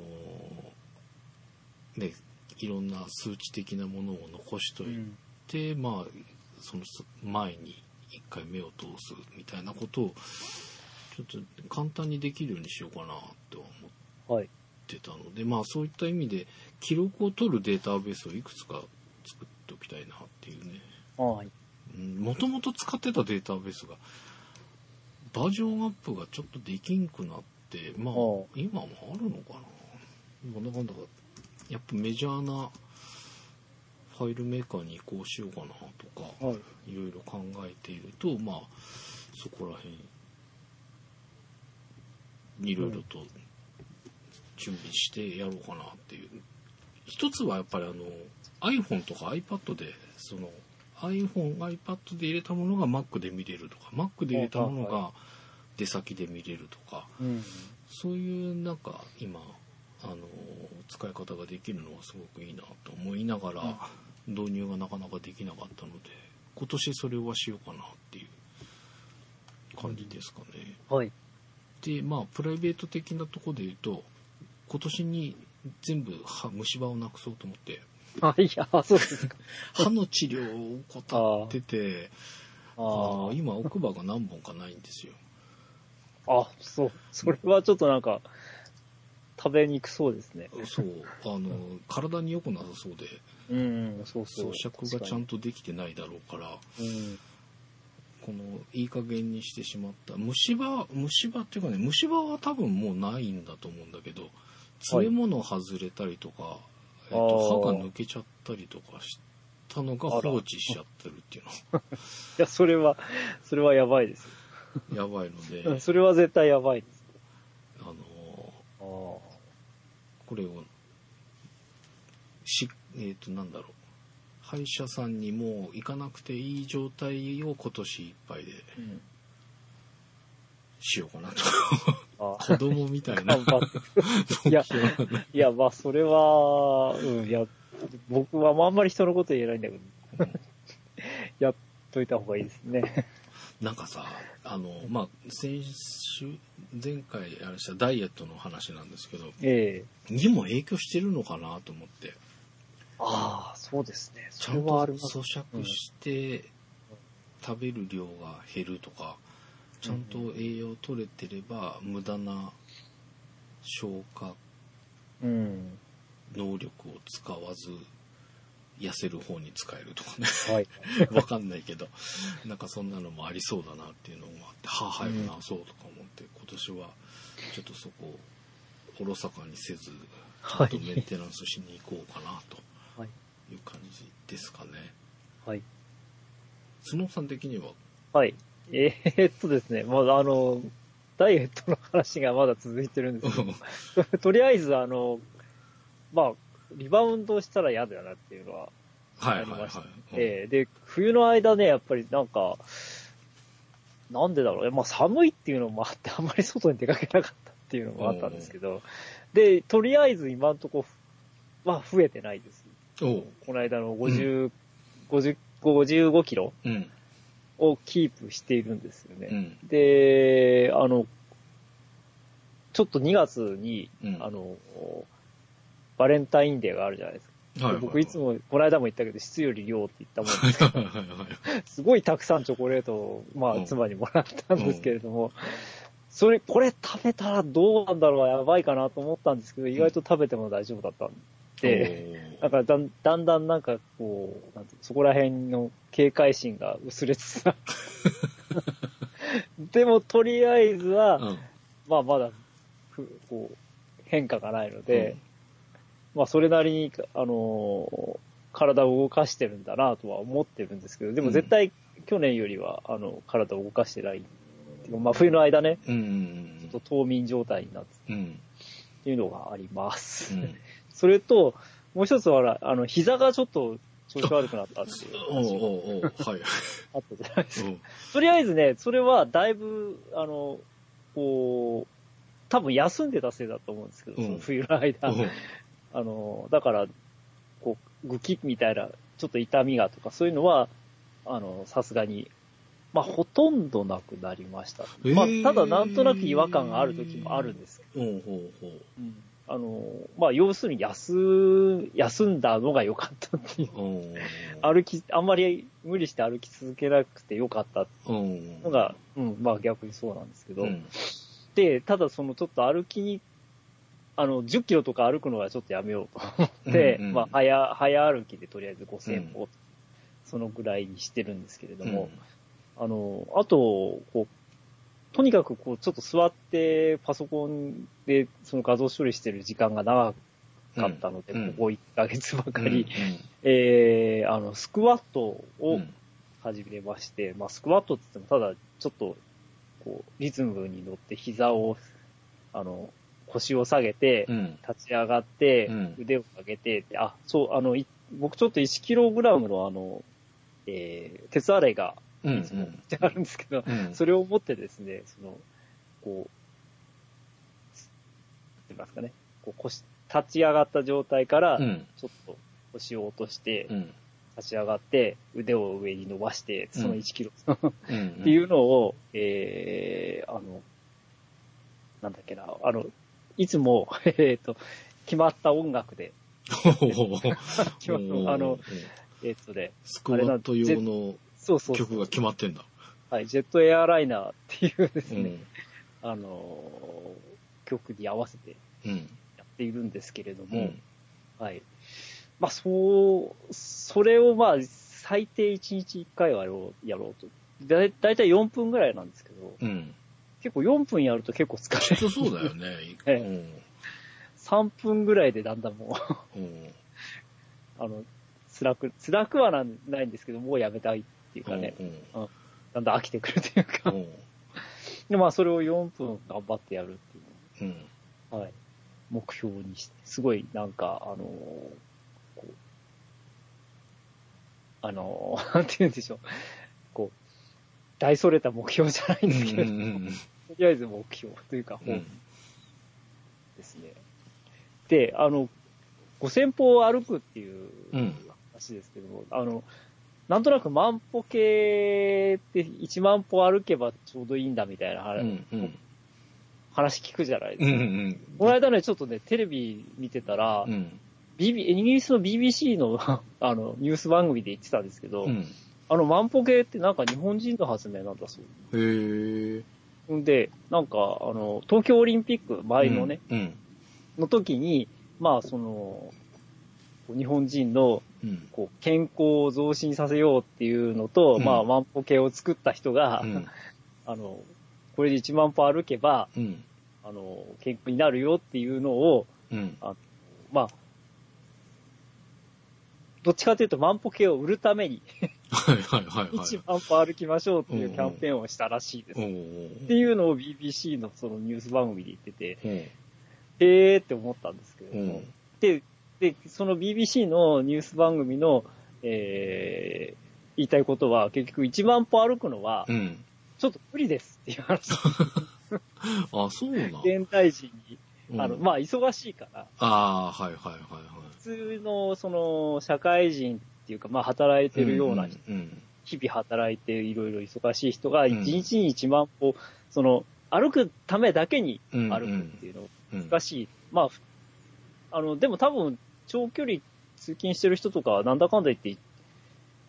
[SPEAKER 2] ねいろんな数値的なものを残し
[SPEAKER 3] え
[SPEAKER 2] といて。でまあその前に一回目を通すみたいなことをちょっと簡単にできるようにしようかなと思っ
[SPEAKER 3] はい。
[SPEAKER 2] てたのでまあそういった意味で記録を取るデータベースをいくつか作っておきたいなっていうね
[SPEAKER 3] はい。
[SPEAKER 2] もともと使ってたデータベースがバージョンアップがちょっとできんくなってまあ
[SPEAKER 3] うん
[SPEAKER 2] 今もあるのかななんだかんだやっぱメジャーなファイルメーカーに移行しようかなとか、
[SPEAKER 3] はい。
[SPEAKER 2] いろいろ考えているとまあそこら辺いろいろと準備してやろうかなっていう一つはやっぱりあの iPhone とか iPad でその iPhone、iPad で入れたものが Mac で見れるとか Mac で入れたもの
[SPEAKER 3] はい
[SPEAKER 2] が出先で見れるとか
[SPEAKER 3] うん。
[SPEAKER 2] そういうなんか今あの使い方ができるのはすごくいいなと思いながら導入がなかなかできなかったので今年それはしようかなっていう感じですかね。
[SPEAKER 3] はい。
[SPEAKER 2] でまあプライベート的なところで言うと今年に全部歯虫歯をなくそうと思って
[SPEAKER 3] あ、いや、そうですか。
[SPEAKER 2] 歯の治療を怠ってて
[SPEAKER 3] あ
[SPEAKER 2] あ
[SPEAKER 3] ー
[SPEAKER 2] の今奥歯が何本かないんですよ
[SPEAKER 3] あ、そう。それはちょっとなんか、食べにくそうですね。
[SPEAKER 2] そうあの体に良くなさそうで
[SPEAKER 3] うん、そうそ
[SPEAKER 2] 咀
[SPEAKER 3] う。
[SPEAKER 2] 嚼がちゃん
[SPEAKER 3] と。
[SPEAKER 2] とできてないだろうから
[SPEAKER 3] うん。
[SPEAKER 2] このいい加減にしてしまった虫歯虫歯っていうかね虫歯は多分もうないんだと思うんだけど詰め物外れたりとか、えっと
[SPEAKER 3] あ
[SPEAKER 2] 歯
[SPEAKER 3] ー
[SPEAKER 2] が抜けちゃったりとかしたのが放置しちゃってるっていう
[SPEAKER 3] いや、それは、それはやばいです。
[SPEAKER 2] のやばいので
[SPEAKER 3] うんそれは絶対やばいです。
[SPEAKER 2] あのー
[SPEAKER 3] あー
[SPEAKER 2] これをしえっ、となんだろう歯医者さんにもう行かなくていい状態を今年いっぱいで
[SPEAKER 3] うん
[SPEAKER 2] しようか なと
[SPEAKER 3] あ
[SPEAKER 2] 子
[SPEAKER 3] ー
[SPEAKER 2] 供みたいな
[SPEAKER 3] 頑張 って。いや、いや、まあ、それは、うん、いや、僕はまああんまり人のこと言えないんだけど、 やっといた方がいいですね。
[SPEAKER 2] なんかさあのまあ先週前回あれしたダイエットの話なんですけど
[SPEAKER 3] ええ
[SPEAKER 2] にも影響してるのかなと思って
[SPEAKER 3] ああ、そうですね。
[SPEAKER 2] ち
[SPEAKER 3] そ
[SPEAKER 2] ゃ
[SPEAKER 3] れ
[SPEAKER 2] んと
[SPEAKER 3] はあり
[SPEAKER 2] 咀
[SPEAKER 3] ます。
[SPEAKER 2] 嚼して食べる量が減るとかちゃんと栄養取れてれば無駄な消化
[SPEAKER 3] うん。
[SPEAKER 2] 能力を使わず痩せる方に使えるとかね
[SPEAKER 3] はい。
[SPEAKER 2] わかんないけどなんかそんなのもありそうだなっていうのもあって歯早く治そうとか思って今年はちょっとそこをおろそかにせずちょ
[SPEAKER 3] は
[SPEAKER 2] っとメン
[SPEAKER 3] い。
[SPEAKER 2] テナンスしに行こうかなと
[SPEAKER 3] はい
[SPEAKER 2] いう感じですかね。
[SPEAKER 3] はい。
[SPEAKER 2] スノーさん的に は
[SPEAKER 3] はい。えーっとですね、まだあの、ダイエットの話がまだ続いてるんですけど、 とりあえずあの、まあ、リバウンドしたら嫌だなっていうのは
[SPEAKER 2] はい
[SPEAKER 3] あ
[SPEAKER 2] はい
[SPEAKER 3] り
[SPEAKER 2] はい
[SPEAKER 3] ました。
[SPEAKER 2] うん
[SPEAKER 3] えーで、冬の間ね、やっぱりなんか、なんでだろうね、まあ寒いっていうのもあって、あんまり外に出かけなかったっていうのもあったんですけど、で、とりあえず今んとこは増えてないです。
[SPEAKER 2] おう
[SPEAKER 3] この間の50、50 55キロ
[SPEAKER 2] うん
[SPEAKER 3] をキープしているんですよ
[SPEAKER 2] う
[SPEAKER 3] ね。
[SPEAKER 2] ん
[SPEAKER 3] で、あの、ちょっと2月に、
[SPEAKER 2] うん
[SPEAKER 3] あの、バレンタインデーがあるじゃないですか。
[SPEAKER 2] はは
[SPEAKER 3] 僕いつも、この間も言ったけど、質より量って言ったもん です
[SPEAKER 2] はいはいはい
[SPEAKER 3] すごいたくさんチョコレートを、ま
[SPEAKER 2] う
[SPEAKER 3] あ、
[SPEAKER 2] ん
[SPEAKER 3] 妻にもらったんですけれども、それ、これ食べたらどうなんだろう、やばいかなと思ったんですけど、意外と食べても大丈夫だったんで、だからだんだんだんなんかこう、なんていうのそこら辺の警戒心が薄れつ つあるでも、とりあえずは、
[SPEAKER 2] おーうん
[SPEAKER 3] まあ、まだ、ふこう、変化がないので、まあ、それなりに、あのー体を動かしてるんだなとは思ってるんですけど、でも絶対去年よりは、あの、体を動かしてない。っていうまあ、冬の間ね、
[SPEAKER 2] うんうん
[SPEAKER 3] ちょっと冬眠状態になって
[SPEAKER 2] うんうん
[SPEAKER 3] っていうのがあります。
[SPEAKER 2] うん
[SPEAKER 3] それと、もう一つは、あの、膝がちょっと調子悪くなったっていう
[SPEAKER 2] おう
[SPEAKER 3] 話が
[SPEAKER 2] おうおうはい
[SPEAKER 3] あったじゃないです
[SPEAKER 2] う
[SPEAKER 3] か。
[SPEAKER 2] ん
[SPEAKER 3] とりあえずね、それはだいぶ、あの、こう、多分休んでたせいだと思うんですけど、
[SPEAKER 2] うん
[SPEAKER 3] その冬の間。
[SPEAKER 2] うん
[SPEAKER 3] あの、だから、こう、ぐきみたいな、ちょっと痛みがとか、そういうのは、あの、さすがに、まあ、ほとんどなくなりました。
[SPEAKER 2] えー
[SPEAKER 3] まあ、ただ、なんとなく違和感がある時もあるんですけど、
[SPEAKER 2] おうおうおう
[SPEAKER 3] あの、まあ、要するに、休、休んだのが良かったっていう。
[SPEAKER 2] おう
[SPEAKER 3] 歩き、あんまり無理して歩き続けなくて良かったって
[SPEAKER 2] おう
[SPEAKER 3] いうのが、うん、まあ、逆にそうなんですけど、
[SPEAKER 2] うん
[SPEAKER 3] で、ただ、その、ちょっと歩きに、あの、10キロとか歩くのはちょっとやめようとで、
[SPEAKER 2] うんうん
[SPEAKER 3] まあ、早、早歩きでとりあえず5000歩、そのぐらいにしてるんですけれども、あの、あと、こう、とにかくこう、ちょっと座ってパソコンでその画像処理してる時間が長
[SPEAKER 2] うん
[SPEAKER 3] かったので、
[SPEAKER 2] うん
[SPEAKER 3] ここ1ヶ月ばかり、
[SPEAKER 2] う
[SPEAKER 3] えー、あの、スクワット
[SPEAKER 2] んう
[SPEAKER 3] を
[SPEAKER 2] ん
[SPEAKER 3] 始めまして、まあ、スクワットって言っても、ただ、ちょっと、こう、リズムに乗って膝を、あの、腰腰を下げて
[SPEAKER 2] う、ん。
[SPEAKER 3] 立ち上がって
[SPEAKER 2] うん、
[SPEAKER 3] 腕を上げて、ってあ、そう、あの、い僕ちょっと1キログラムのあの、えー、鉄アレイが、
[SPEAKER 2] うん。
[SPEAKER 3] いつもってあるんですけど、
[SPEAKER 2] うん。
[SPEAKER 3] それを持ってですね、その、こう、なんて言いますかね、こう腰、立ち上がった状態から
[SPEAKER 2] う、ん。
[SPEAKER 3] ちょっと腰を落として
[SPEAKER 2] う、ん。
[SPEAKER 3] 立ち上がって、腕を上に伸ばして、その1キロ、
[SPEAKER 2] うん。
[SPEAKER 3] っていうのを、えー、あの、なんだっけな、あの、いつも、 えっと、決まった音楽で、
[SPEAKER 2] ほほほほ。
[SPEAKER 3] 決まったあの、、えっとね、
[SPEAKER 2] スクワット用の
[SPEAKER 3] そうそうそう
[SPEAKER 2] 曲が決まってんだ。
[SPEAKER 3] はい、ジェットエアライナーっていうです
[SPEAKER 2] う
[SPEAKER 3] ね、
[SPEAKER 2] ん。
[SPEAKER 3] あのー、曲に合わせて
[SPEAKER 2] うん。
[SPEAKER 3] やっているんですけれど
[SPEAKER 2] う
[SPEAKER 3] も、
[SPEAKER 2] ん。
[SPEAKER 3] はい。まあ、そう、それをまあ、最低1日1回はやろうやろうと。だいだいたい4分ぐらいなんですけど、
[SPEAKER 2] うん。
[SPEAKER 3] 結構4分やると結構疲れ
[SPEAKER 2] き
[SPEAKER 3] る。
[SPEAKER 2] つそうだよ ね。
[SPEAKER 3] 3分ぐらいでだんだんもう、
[SPEAKER 2] うん。うん。
[SPEAKER 3] あの、辛く、辛くはなんないんですけど、もうやめたいっていうかね、
[SPEAKER 2] うん。
[SPEAKER 3] だんだん飽きてくるというか、でまあ、それを4分頑張ってやるっていうの
[SPEAKER 2] うん。
[SPEAKER 3] をはい、目標にして、すごいなんか、あのーこう、あのー なんて言うんでしょう、こう、大それた目標じゃないん
[SPEAKER 2] う
[SPEAKER 3] ですけど、と
[SPEAKER 2] ん。
[SPEAKER 3] りあえず目標というか、
[SPEAKER 2] う
[SPEAKER 3] 本
[SPEAKER 2] ん。
[SPEAKER 3] ですね。で、あの、5000歩歩くっていう
[SPEAKER 2] うん
[SPEAKER 3] 話ですけども、あの、なんとなく万歩計って1万歩歩けばちょうどいいんだみたいな話,、
[SPEAKER 2] うん。
[SPEAKER 3] 話聞くじゃないで
[SPEAKER 2] う
[SPEAKER 3] すか。
[SPEAKER 2] ん。
[SPEAKER 3] この間ね、ちょっとね、テレビ見てたら、
[SPEAKER 2] うん。
[SPEAKER 3] BB、イギリスの BBC の あのニュース番組で言ってたんですけど、
[SPEAKER 2] うん。
[SPEAKER 3] あの万歩計ってなんか日本人の発明なんだそう。
[SPEAKER 2] へえ。
[SPEAKER 3] んで、なんかあの、東京オリンピック前のね、。
[SPEAKER 2] うん。
[SPEAKER 3] の時に、まあその、日本人の
[SPEAKER 2] うん。
[SPEAKER 3] こう健康を増進させようっていうのと、
[SPEAKER 2] うん
[SPEAKER 3] まあ万歩計を作った人が、
[SPEAKER 2] うん。
[SPEAKER 3] あの、これで1万歩歩けば、
[SPEAKER 2] うん。
[SPEAKER 3] あの、健康になるよっていうのを、
[SPEAKER 2] うん。
[SPEAKER 3] まあ、どっちかというと万歩計を売るために、
[SPEAKER 2] はいはいはいはい
[SPEAKER 3] 一。万歩歩きましょうっていうキャンペーンをしたらしいです。
[SPEAKER 2] お
[SPEAKER 3] っていうのを BBC のそのニュース番組で言ってて、
[SPEAKER 2] うん。
[SPEAKER 3] へーって思ったんですけれど
[SPEAKER 2] う
[SPEAKER 3] も
[SPEAKER 2] ん。。
[SPEAKER 3] で、で、その BBC のニュース番組の、えー、言いたいことは、結局1万歩歩くのは
[SPEAKER 2] う、ん。
[SPEAKER 3] ちょっと無理ですっていう話。
[SPEAKER 2] あ、そうな
[SPEAKER 3] 現代人に。
[SPEAKER 2] ん。
[SPEAKER 3] あの、まあ、忙しいから、
[SPEAKER 2] ああ、はいはいはいはい。
[SPEAKER 3] 普通の、その、社会人っていうか、まあ、働いてるような人
[SPEAKER 2] うん。
[SPEAKER 3] 日々働いていろいろ忙しい人が、
[SPEAKER 2] うん
[SPEAKER 3] 1日に1万歩、その、歩くためだけに
[SPEAKER 2] うん。
[SPEAKER 3] 歩くっていうの
[SPEAKER 2] うん。
[SPEAKER 3] 難しい。まあふ、あの、でも多分、長距離通勤してる人とかは、なんだかんだ言って、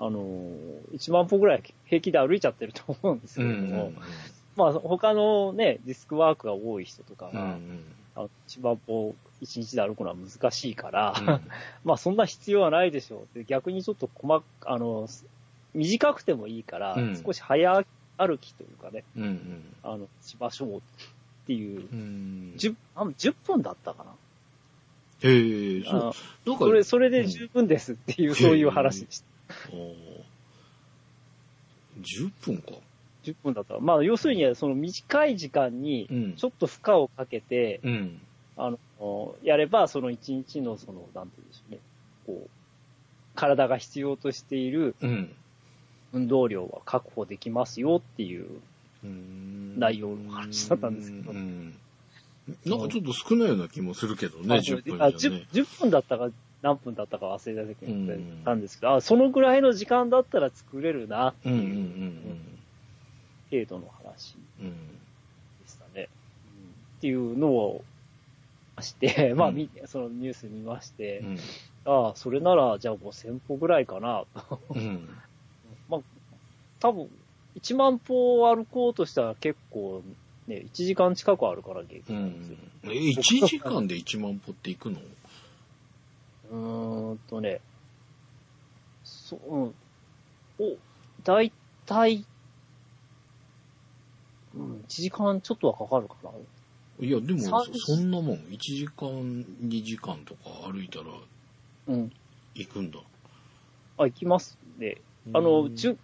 [SPEAKER 3] あのー、1万歩ぐらい平気で歩いちゃってると思うんですけ
[SPEAKER 2] う
[SPEAKER 3] れ
[SPEAKER 2] ん
[SPEAKER 3] ども、まあ、他のね、ディスクワークが多い人とか
[SPEAKER 2] うん。う
[SPEAKER 3] は、
[SPEAKER 2] ん。
[SPEAKER 3] あの1万歩1日で歩くのは難しいから、 まあそんな必要はないでしょう。で逆にちょっと細かあの、短くてもいいから、
[SPEAKER 2] うん
[SPEAKER 3] 少し早歩きというかね、
[SPEAKER 2] うん。うん。
[SPEAKER 3] あの、しましょうっていう、
[SPEAKER 2] うん。
[SPEAKER 3] 10, あ10分だったかな。
[SPEAKER 2] へえ、
[SPEAKER 3] あ
[SPEAKER 2] そう。なんか、
[SPEAKER 3] それ、それで十分ですっていう、
[SPEAKER 2] うん
[SPEAKER 3] そういう話でした。
[SPEAKER 2] 10分か。
[SPEAKER 3] 10分だった。まあ要するに、その短い時間に
[SPEAKER 2] う、ん。
[SPEAKER 3] ちょっと負荷をかけて、
[SPEAKER 2] うん。
[SPEAKER 3] あの、やれば、その1日の、その、なんていうんでしょうね、こう、体が必要としている
[SPEAKER 2] うん。
[SPEAKER 3] 運動量は確保できますよっていう
[SPEAKER 2] うん
[SPEAKER 3] 内容の話だったんですけど
[SPEAKER 2] うん。なんかちょっと少ないような気もするけどね、
[SPEAKER 3] あ
[SPEAKER 2] 10分
[SPEAKER 3] あ
[SPEAKER 2] じゃね
[SPEAKER 3] 10, 10分だったか何分だったか忘れたけど
[SPEAKER 2] うん
[SPEAKER 3] たんですけど、あそのぐらいの時間だったら作れるなって
[SPEAKER 2] うんうん
[SPEAKER 3] いう程度の話
[SPEAKER 2] うんうん。
[SPEAKER 3] でしたね。っていうのをして、 まあ、
[SPEAKER 2] うん
[SPEAKER 3] 見てそのニュース見まして、
[SPEAKER 2] うん。
[SPEAKER 3] ああ、それならじゃあ5000歩ぐらいかな。
[SPEAKER 2] うん。
[SPEAKER 3] 多分、1万歩歩こうとしたら結構、ね、1時間近くあるから、結
[SPEAKER 2] う
[SPEAKER 3] 局
[SPEAKER 2] ん。え、1時間で1万歩っていくの
[SPEAKER 3] うーんとね、そう、うん。お、だいたい、うん、1時間ちょっとはかかるかな。
[SPEAKER 2] いや、でも
[SPEAKER 3] 三、
[SPEAKER 2] そんなもん、1時間、2時間とか歩いたら
[SPEAKER 3] うん。
[SPEAKER 2] 行くんだ。
[SPEAKER 3] あ、行きますね。あの、
[SPEAKER 2] うん
[SPEAKER 3] 10、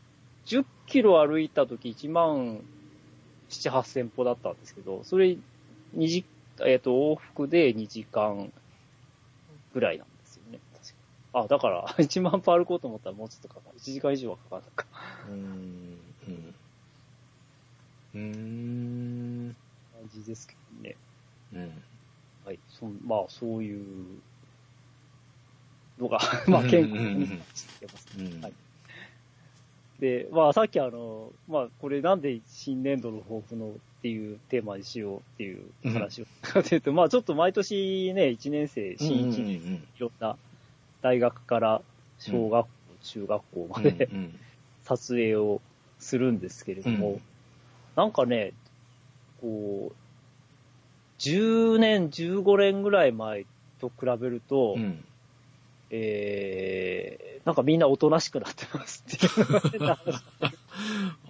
[SPEAKER 3] 10キロ歩いた時1万7、8千歩だったんですけど、それ2時えっ、と、往復で2時間ぐらいなんですよね。確かあ、だから、1万 歩歩こうと思ったらもうちょっとかかる。1時間以上はかかるのか。
[SPEAKER 2] うんうんうん
[SPEAKER 3] 感じですけどね。
[SPEAKER 2] うん
[SPEAKER 3] はい。そんまあ、そういうのが、 まあ、健康にしてます。
[SPEAKER 2] うん
[SPEAKER 3] はいで、まあ、さっきあの、まあ、これなんで新年度の抱負のっていうテーマにしようっていう話を、かというと、まあ、ちょっと毎年ね、1年生、
[SPEAKER 2] うん
[SPEAKER 3] 新1年、いろんな大学から小学校、中学校まで、
[SPEAKER 2] うんうん
[SPEAKER 3] 撮影をするんですけれども、
[SPEAKER 2] うん
[SPEAKER 3] なんかね、こう、10年、15年ぐらい前と比べると、
[SPEAKER 2] うん
[SPEAKER 3] えー、なんかみんなおとなしくなってますっていう
[SPEAKER 2] あ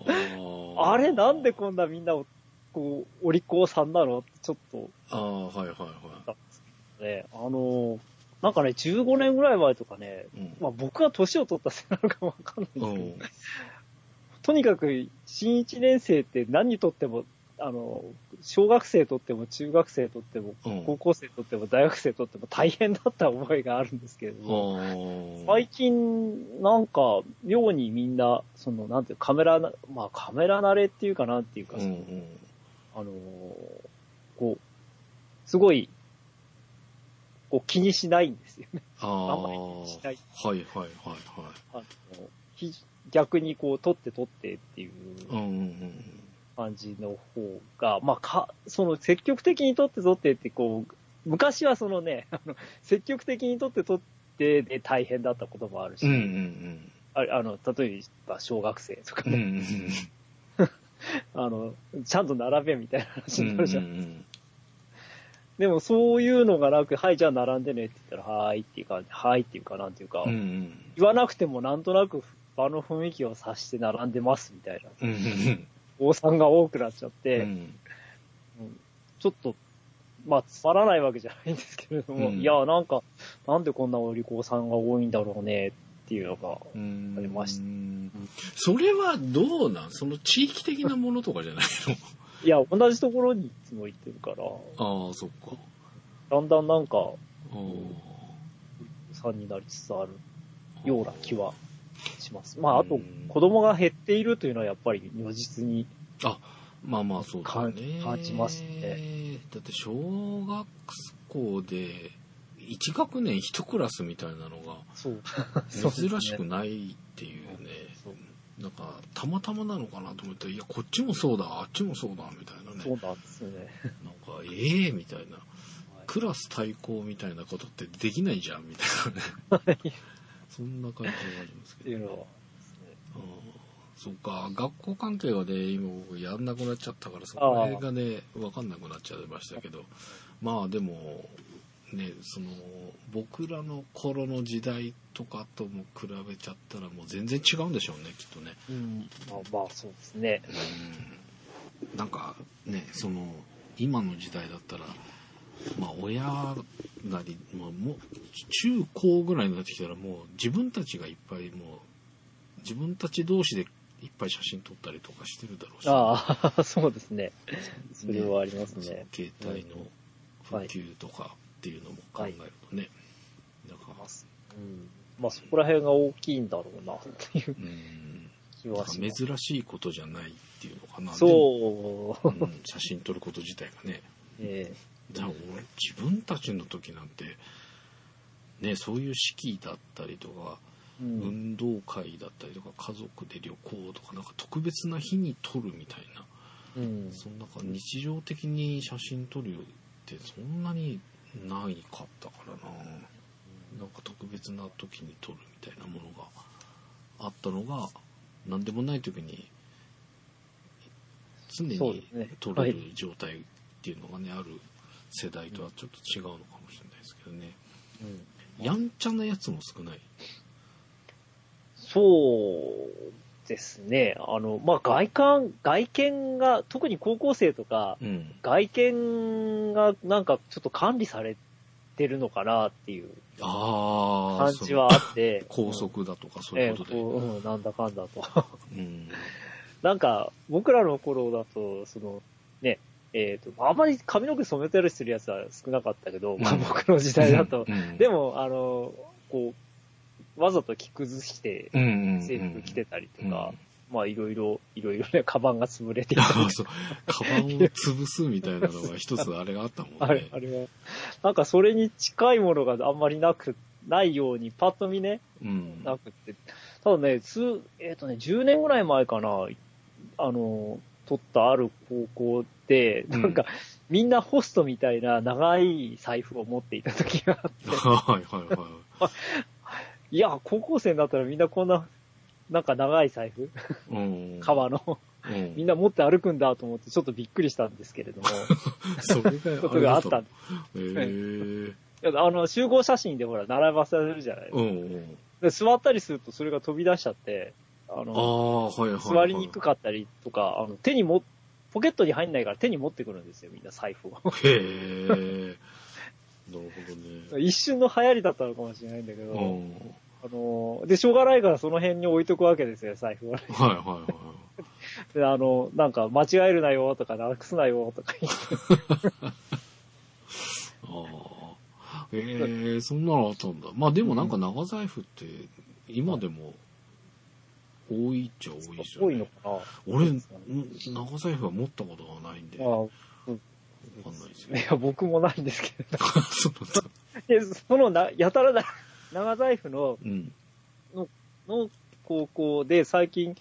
[SPEAKER 2] ー
[SPEAKER 3] あれなんでこんなみんなを、こう、お利口さんなのってちょっと思っ
[SPEAKER 2] ああはいはいは
[SPEAKER 3] たんですけどね、あの、なんかね、15年ぐらい前とかね、
[SPEAKER 2] いうん
[SPEAKER 3] まあ僕が年を取ったせいなのかわかんないんですけど、とにかく、新1年生って何にとっても、あの、小学生とっても、中学生とっても、
[SPEAKER 2] うん
[SPEAKER 3] 高校生とっても、大学生とっても大変だった思いがあるんですけれども、
[SPEAKER 2] うん
[SPEAKER 3] 最近、なんか、妙にみんな、その、なんていうか、カメラな、まあ、カメラ慣れっていうかなんていうか、
[SPEAKER 2] うんうん
[SPEAKER 3] あのーこう、すごい、こう気にしないんですよね。
[SPEAKER 2] あ
[SPEAKER 3] あん
[SPEAKER 2] あ
[SPEAKER 3] まり気にし
[SPEAKER 2] は
[SPEAKER 3] ないい。
[SPEAKER 2] はいはいは
[SPEAKER 3] あのひ逆にこう、撮って撮ってっていう。
[SPEAKER 2] いうんうん
[SPEAKER 3] 感じの方が、まあ、か、その積極的に取って取ってって、こう、昔はそのね、あの、積極的に取って取ってで大変だったこともあるし、
[SPEAKER 2] うんうんうん
[SPEAKER 3] ああの、例えば小学生とか
[SPEAKER 2] うんうんう
[SPEAKER 3] ね、
[SPEAKER 2] ん
[SPEAKER 3] あの、ちゃんと並べみたいな話になるじゃん。
[SPEAKER 2] うんうん
[SPEAKER 3] でもそういうのがなく、はい、じゃあ並んでねって言ったら、はーいっていうか、はいっていうか、なんていうか、
[SPEAKER 2] うんうん
[SPEAKER 3] 言わなくてもなんとなく場の雰囲気を察して並んでますみたいな、
[SPEAKER 2] うんうん
[SPEAKER 3] 王さんが多くなっちゃっ
[SPEAKER 2] う
[SPEAKER 3] て、
[SPEAKER 2] ん
[SPEAKER 3] うんちょっと、まあ、つまらないわけじゃないんですけれど
[SPEAKER 2] う
[SPEAKER 3] も、
[SPEAKER 2] ん
[SPEAKER 3] いや、なんか、なんでこんなお利口さんが多いんだろうね、っていうのが、
[SPEAKER 2] うん
[SPEAKER 3] ありまし
[SPEAKER 2] それはどうなんその地域的なものとかじゃない
[SPEAKER 3] いや、同じところにいつも行ってるから、
[SPEAKER 2] のああそっか
[SPEAKER 3] だんだんなんか、
[SPEAKER 2] あー
[SPEAKER 3] さんになりつつあるような気はします。まあ、あ
[SPEAKER 2] う
[SPEAKER 3] と
[SPEAKER 2] ん、
[SPEAKER 3] 子供が減っているというのは、やっぱり如実に、
[SPEAKER 2] まあまあそうだね
[SPEAKER 3] 感感じますね
[SPEAKER 2] だって小学校で1学年1クラスみたいなのが
[SPEAKER 3] そう。
[SPEAKER 2] 珍しくないっていうね
[SPEAKER 3] そう
[SPEAKER 2] なんかたまたまなのかなと思ったらいやこっちもそうだあっちもそうだみたいなね
[SPEAKER 3] そうなんですよね。
[SPEAKER 2] なんかええみたいな
[SPEAKER 3] はい
[SPEAKER 2] クラス対抗みたいなことってできないじゃんみたいなねそんな感じがあります
[SPEAKER 3] って
[SPEAKER 2] け
[SPEAKER 3] い
[SPEAKER 2] ど
[SPEAKER 3] うのは、
[SPEAKER 2] あーそうか学校関係はね今僕やんなくなっちゃったからそこら辺がね分かんなくなっちゃいましたけどまあでもねその僕らの頃の時代とかとも比べちゃったらもう全然違うんでしょうねきっとね。
[SPEAKER 3] うん、まあまあ、そうですね。
[SPEAKER 2] うんなんかねその今の時代だったらまあ親なり、まあ、もう中高ぐらいになってきたらもう自分たちがいっぱいもう自分たち同士でいっぱい写真撮ったりとかしてるだろうし、
[SPEAKER 3] ああ、そうですね。それはあります
[SPEAKER 2] その
[SPEAKER 3] ね。
[SPEAKER 2] 携帯の普及とかっていうのも考えるとね、だから
[SPEAKER 3] うん。まあそこら辺が大きいんだろうな、っていう
[SPEAKER 2] うん
[SPEAKER 3] 気
[SPEAKER 2] なん
[SPEAKER 3] は
[SPEAKER 2] か
[SPEAKER 3] します。
[SPEAKER 2] 珍しいことじゃないっていうのかな
[SPEAKER 3] そ
[SPEAKER 2] で
[SPEAKER 3] う。
[SPEAKER 2] もうん写真撮ること自体がね
[SPEAKER 3] え
[SPEAKER 2] だから俺自分たちの時なんてねそういう式だったりとか、
[SPEAKER 3] えうん。
[SPEAKER 2] 運動会だったりとか家族で旅行とかなんか特別な日に撮るみたいな、
[SPEAKER 3] うん。
[SPEAKER 2] そんなか日常的に写真撮るってそんなにないかったからななんか特別な時に撮るみたいなものがあったのが何でもない時に常に
[SPEAKER 3] そうですね
[SPEAKER 2] 撮れる状態っていうのがね、ある世代とはちょっと違うのかもしれないですけどね、
[SPEAKER 3] うん
[SPEAKER 2] やんちゃなやつも少ない
[SPEAKER 3] そうですね。あの、まあ外観、外見が、特に高校生とか、
[SPEAKER 2] うん
[SPEAKER 3] 外見がなんかちょっと管理されてるのかなっていう
[SPEAKER 2] ああ
[SPEAKER 3] 感じはあって。
[SPEAKER 2] 高速だとかそう
[SPEAKER 3] うん。
[SPEAKER 2] い
[SPEAKER 3] え
[SPEAKER 2] う
[SPEAKER 3] え
[SPEAKER 2] ことで、
[SPEAKER 3] こううん、なんだかんだと。
[SPEAKER 2] うん
[SPEAKER 3] なんか、僕らの頃だと、その、ね、えっ、と、あまり髪の毛染めたりするやつは少なかったけど、まあ僕の時代だと。
[SPEAKER 2] うん
[SPEAKER 3] でも、あの、こう、わざと着崩して
[SPEAKER 2] うんうんうん
[SPEAKER 3] 制服着てたりと
[SPEAKER 2] うん
[SPEAKER 3] か、まあいろいろ、いろいろね、カバンが潰れていたりと
[SPEAKER 2] あ
[SPEAKER 3] か
[SPEAKER 2] そう。カバンを潰すみたいなのが一つあれがあったもんね。
[SPEAKER 3] あれ、あれ は。なんかそれに近いものがあんまりなく、ないように、パッと見ね、
[SPEAKER 2] うん。
[SPEAKER 3] なくって。ただね、数、えっ、とね、10年ぐらい前かな、あの、撮ったある高校で、
[SPEAKER 2] うん
[SPEAKER 3] なんか、みんなホストみたいな長い財布を持っていた時が あって、
[SPEAKER 2] はいはいはい
[SPEAKER 3] や、高校生になったらみんなこんな、なんか長い財布、
[SPEAKER 2] い。うん。
[SPEAKER 3] 革の、
[SPEAKER 2] うん。
[SPEAKER 3] みんな持って歩くんだと思って、ちょっとびっくりしたんですけれど も、
[SPEAKER 2] それが
[SPEAKER 3] こ
[SPEAKER 2] あ
[SPEAKER 3] と
[SPEAKER 2] れ
[SPEAKER 3] が
[SPEAKER 2] だ
[SPEAKER 3] あっ
[SPEAKER 2] った
[SPEAKER 3] た
[SPEAKER 2] の。
[SPEAKER 3] んで
[SPEAKER 2] へ ー
[SPEAKER 3] すいやあの、集合写真でほら、並ばされるじゃないですか
[SPEAKER 2] うんうん。
[SPEAKER 3] で座ったりするとそれが飛び出しちゃって、あ
[SPEAKER 2] あ
[SPEAKER 3] の、
[SPEAKER 2] あ、はいはいはい。
[SPEAKER 3] 座りにくかったりとか、あの、手にも、ポケットに入んないから手に持ってくるんですよ、みんな財布を。
[SPEAKER 2] へえ。なるほどね。
[SPEAKER 3] 一瞬の流行りだったのかもしれないんだけど、
[SPEAKER 2] うん。
[SPEAKER 3] あの、で、しょうがないからその辺に置いとくわけですよ、財布は、ね。
[SPEAKER 2] はいはいはい。
[SPEAKER 3] で、あの、なんか、間違えるなよとか、なくすなよとか言って、
[SPEAKER 2] ああ。ええそんなのあったんだ。まあでもなんか長財布って今でも多いっちゃ多いですよ
[SPEAKER 3] 多いの
[SPEAKER 2] ね
[SPEAKER 3] か。な。
[SPEAKER 2] 俺、
[SPEAKER 3] そうん
[SPEAKER 2] 長財布は持ったことがないんで、
[SPEAKER 3] ま
[SPEAKER 2] わ
[SPEAKER 3] あ
[SPEAKER 2] かんないです
[SPEAKER 3] い
[SPEAKER 2] よ。
[SPEAKER 3] や、僕もないんですけ ど。
[SPEAKER 2] そうなんだ。
[SPEAKER 3] で、そのな、やたらな、長財布の、
[SPEAKER 2] うん。
[SPEAKER 3] の高校で最近、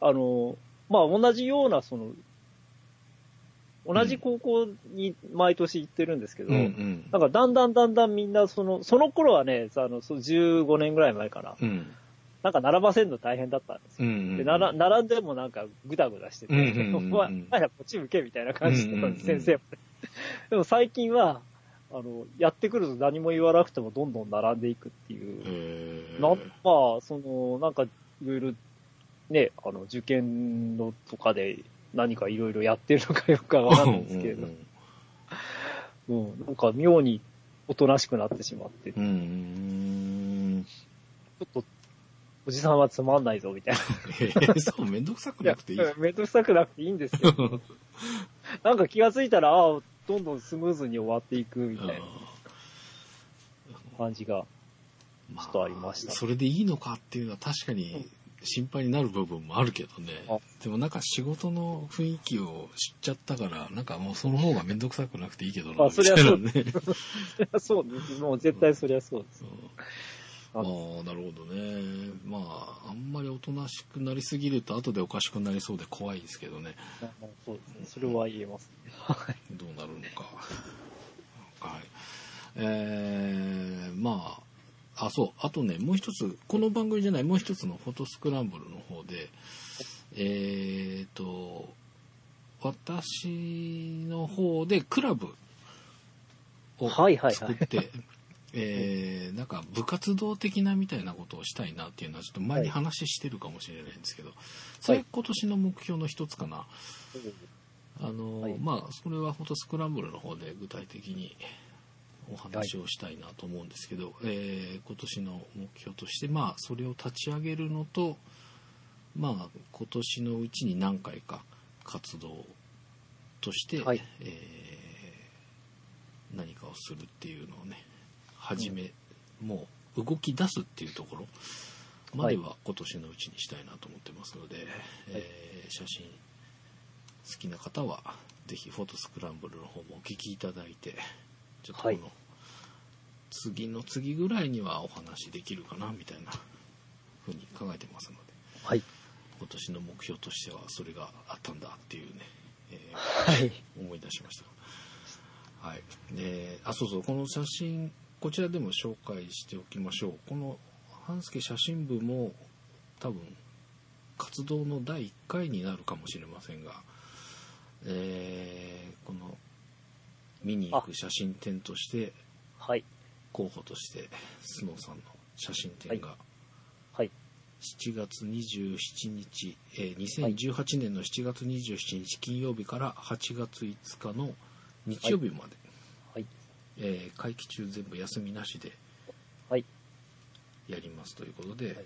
[SPEAKER 3] あの、まあ、同じような、その、同じ高校に毎年行ってるんですけど、
[SPEAKER 2] うんうん。
[SPEAKER 3] なんかだんだんだんだんみんな、その、その頃はね、あの、そう15年ぐらい前かな、
[SPEAKER 2] うん。
[SPEAKER 3] なんか並ばせるの大変だったんです
[SPEAKER 2] う
[SPEAKER 3] よ。
[SPEAKER 2] ん。
[SPEAKER 3] でなら並んでもなんかぐだぐだしてて、
[SPEAKER 2] うんうんうんうん
[SPEAKER 3] お前、お前らこっち向けみたいな感じで、
[SPEAKER 2] うんうんうん
[SPEAKER 3] 先生もね。でも最近は、あの、やってくると何も言わなくてもどんどん並んでいくっていう。
[SPEAKER 2] ええ
[SPEAKER 3] な、まあ、その、なんか、いろいろ、ね、あの、受験のとかで何かいろいろやってるのかよくわかんないんですけれど、うん、なんか妙におとなしくなってしまって、ち
[SPEAKER 2] うんうんうん。
[SPEAKER 3] ょっと、おじさんはつまんないぞ、みたいな。
[SPEAKER 2] ええそう、めんどくさくなくていい。
[SPEAKER 3] やめんどくさくなくていいんですよ。 なんか気がついたら、ああ、どんどんスムーズに終わっていく、みたいな感じが。
[SPEAKER 2] ま
[SPEAKER 3] ちょっとありました
[SPEAKER 2] それでいいのかっていうのは確かに心配になる部分もあるけどね
[SPEAKER 3] あ。
[SPEAKER 2] でもなんか仕事の雰囲気を知っちゃったから、なんかもうその方がめんどくさくなくていいけどな、
[SPEAKER 3] あそりゃそう
[SPEAKER 2] みたいなね。
[SPEAKER 3] そりゃ そうです。もう絶対そりゃそうです。
[SPEAKER 2] ああー、なるほどね。まあ、あんまりおとなしくなりすぎると後でおかしくなりそうで怖いですけどね。
[SPEAKER 3] まあまあそうですね。それは言えます。
[SPEAKER 2] どうなるのか。はい。えー、まあ、あ、そう。あとね、もう一つ、この番組じゃない、もう一つのフォトスクランブルの方で、えーと、私の方でクラブを
[SPEAKER 3] はいはいはい
[SPEAKER 2] 作って、えーなんか部活動的なみたいなことをしたいなっていうのはちょっと前に話してるかもしれないんですけど、それ今年の目標の一つかな。あの、
[SPEAKER 3] はい
[SPEAKER 2] まあそれはフォトスクランブルの方で具体的にお話をしたいなと思うんですけど、えー今年の目標としてまあそれを立ち上げるのとまあ今年のうちに何回か活動として、
[SPEAKER 3] はい
[SPEAKER 2] えー何かをするっていうのをね始め、もう動き出すっていうところまでは今年のうちにしたいなと思ってますので、えー写真好きな方はぜひフォトスクランブルの方もお聞きいただいてちょっとこの、
[SPEAKER 3] はい
[SPEAKER 2] 次の次ぐらいにはお話できるかなみたいなふうに考えてますので
[SPEAKER 3] はい。
[SPEAKER 2] 今年の目標としてはそれがあったんだっていうね、えー
[SPEAKER 3] はい。
[SPEAKER 2] 思い出しました。はい。で、あ、そうそう、この写真、こちらでも紹介しておきましょう。この、半助写真部も、多分、活動の第1回になるかもしれませんが、えーこの、見に行く写真展として、
[SPEAKER 3] はい。
[SPEAKER 2] 候補として、スノーさんの写真展が、
[SPEAKER 3] はい。
[SPEAKER 2] 7月27日、えー2018年の7月27日金曜日から8月5日の日曜日まで、
[SPEAKER 3] はい。
[SPEAKER 2] えー会期中全部休みなしで
[SPEAKER 3] はい。
[SPEAKER 2] やりますということで、
[SPEAKER 3] はい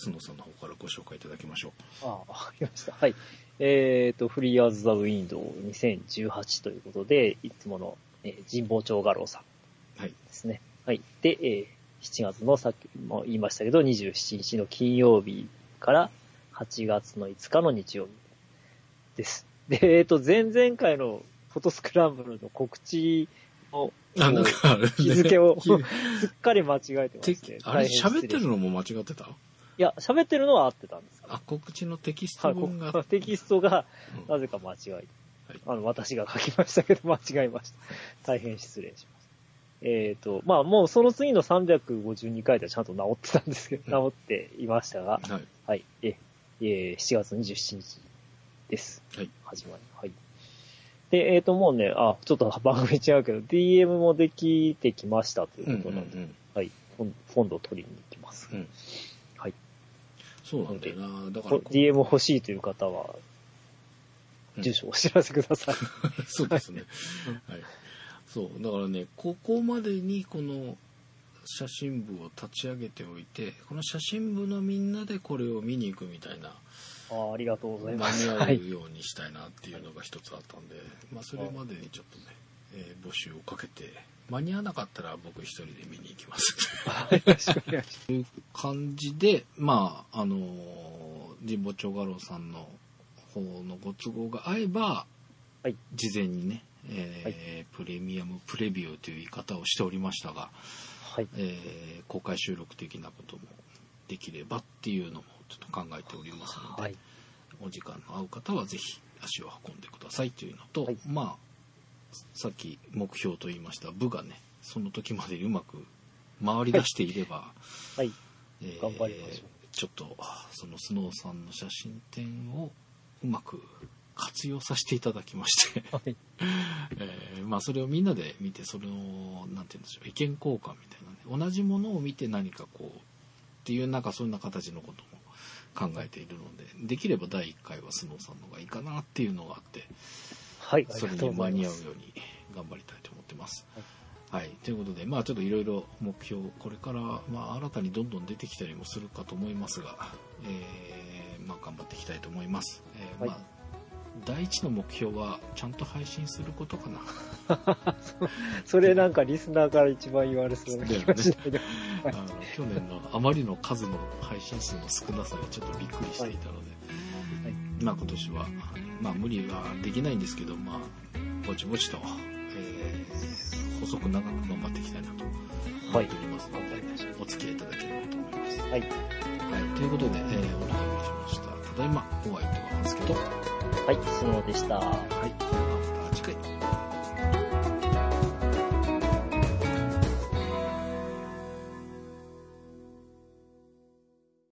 [SPEAKER 2] 須野さんの方からご紹介いただきましょう。
[SPEAKER 3] ああ、わかりました。はい。えっ、と、フリーアーズ・ザ・ウィンドウ2018ということで、いつもの、えー神保町画廊さん
[SPEAKER 2] はい。
[SPEAKER 3] ですね。はい。で、えー7月の、さっきも言いましたけど、27日の金曜日から8月の5日の日曜日です。で、えっ、と、前々回のフォトスクランブルの告知の
[SPEAKER 2] あ、なんかあれね、
[SPEAKER 3] 日 付を
[SPEAKER 2] き
[SPEAKER 3] すっかり間違えてま
[SPEAKER 2] て
[SPEAKER 3] すね。
[SPEAKER 2] あれ
[SPEAKER 3] 大変失礼
[SPEAKER 2] 喋ってるのも間違ってた
[SPEAKER 3] いや、喋ってるのは合ってたんですけど
[SPEAKER 2] あ、告知のテキスト
[SPEAKER 3] はいこ
[SPEAKER 2] 文が、
[SPEAKER 3] こテキストが
[SPEAKER 2] う
[SPEAKER 3] なんぜか間違えて、
[SPEAKER 2] はい
[SPEAKER 3] あの、私が書きましたけど、間違えました。大変失礼しました。えっ、と、まあもうその次の352回ではちゃんと治ってたんですけど、
[SPEAKER 2] う
[SPEAKER 3] 治っていましたが、
[SPEAKER 2] はい。
[SPEAKER 3] はい、え、えー7月27日です。
[SPEAKER 2] はい。
[SPEAKER 3] 始まり。はい。で、えっ、と、もうね、あ、ちょっと番組違うけど、DM もできてきましたと
[SPEAKER 2] うんう
[SPEAKER 3] いうことなんで、
[SPEAKER 2] ん
[SPEAKER 3] はい、今今度取りに行きます。
[SPEAKER 2] うん。
[SPEAKER 3] はい。
[SPEAKER 2] そうなんだよな。だから
[SPEAKER 3] こ、DM 欲しいという方は、
[SPEAKER 2] うん
[SPEAKER 3] 住所をお知らせください。
[SPEAKER 2] そうですね。はい。そう。だからね、ここまでにこの写真部を立ち上げておいて、この写真部のみんなでこれを見に行くみたいな、
[SPEAKER 3] あーありがとう
[SPEAKER 2] 間
[SPEAKER 3] ござい
[SPEAKER 2] に
[SPEAKER 3] ます。
[SPEAKER 2] 合
[SPEAKER 3] は
[SPEAKER 2] う
[SPEAKER 3] い。
[SPEAKER 2] ようにしたいなっていうのが一つあったんで、まあそれまでにちょっとね、えー募集をかけて、間に合わなかったら僕一人で見に行きます。
[SPEAKER 3] よろしくお願いし
[SPEAKER 2] という感じで、まあ、あのー神保町画廊さんの方のご都合が合えば、
[SPEAKER 3] はい
[SPEAKER 2] 事前にね、えープレミアムプレビューという言い方をしておりましたが、
[SPEAKER 3] ます。はい。
[SPEAKER 2] えー公開収録的なこともできればっていうのもちょっと考えておりますので、
[SPEAKER 3] はい。
[SPEAKER 2] お時間の合う方はぜひ足を運んでくださいというのと、
[SPEAKER 3] はい
[SPEAKER 2] まあさっき目標と言いました部がねその時までにうまく回り出していれば、
[SPEAKER 3] はい。
[SPEAKER 2] えー
[SPEAKER 3] 頑張りましょう
[SPEAKER 2] ちょっとそのスノーさんの写真展をうまく活用させていただきまして、
[SPEAKER 3] はい。
[SPEAKER 2] えーまあ、それをみんなで見てそれをなんて言うんでしょう意見交換みたいなね同じものを見て何かこうっていうなんかそんな形のことも考えているのでできれば第1回はスノーさんの方がいいかなっていうのがあって
[SPEAKER 3] はい。あり
[SPEAKER 2] それ
[SPEAKER 3] がと
[SPEAKER 2] に
[SPEAKER 3] うござ
[SPEAKER 2] 間
[SPEAKER 3] い
[SPEAKER 2] に
[SPEAKER 3] ま
[SPEAKER 2] 合う
[SPEAKER 3] す。
[SPEAKER 2] ように頑張りたいと思ってます。はい、ということで、まあ、ちょっといろいろ目標、これから、まあ、新たにどんどん出てきたりもするかと思いますが、えーまあ、頑張っていきたいと思います。えーまあ
[SPEAKER 3] はい
[SPEAKER 2] 第一の目標は、ちゃんと配信すること かな。
[SPEAKER 3] それなんかリスナーから一番言われそうな気がしないでも。
[SPEAKER 2] あの去年のあまりの数の配信数の少なさにちょっとびっくりしていたので、
[SPEAKER 3] はい
[SPEAKER 2] まあ、今年は、まあ、無理はできないんですけど、まあ、ぼちぼちと、えー細く長く頑張っていきたいなと思っておりますので、
[SPEAKER 3] はい
[SPEAKER 2] お付き合いいただければと思います。
[SPEAKER 3] はい。
[SPEAKER 2] はい、ということで、えーお届けしました。ただいま、お相手はハスケと、は
[SPEAKER 3] はい。スノーでした。
[SPEAKER 2] い、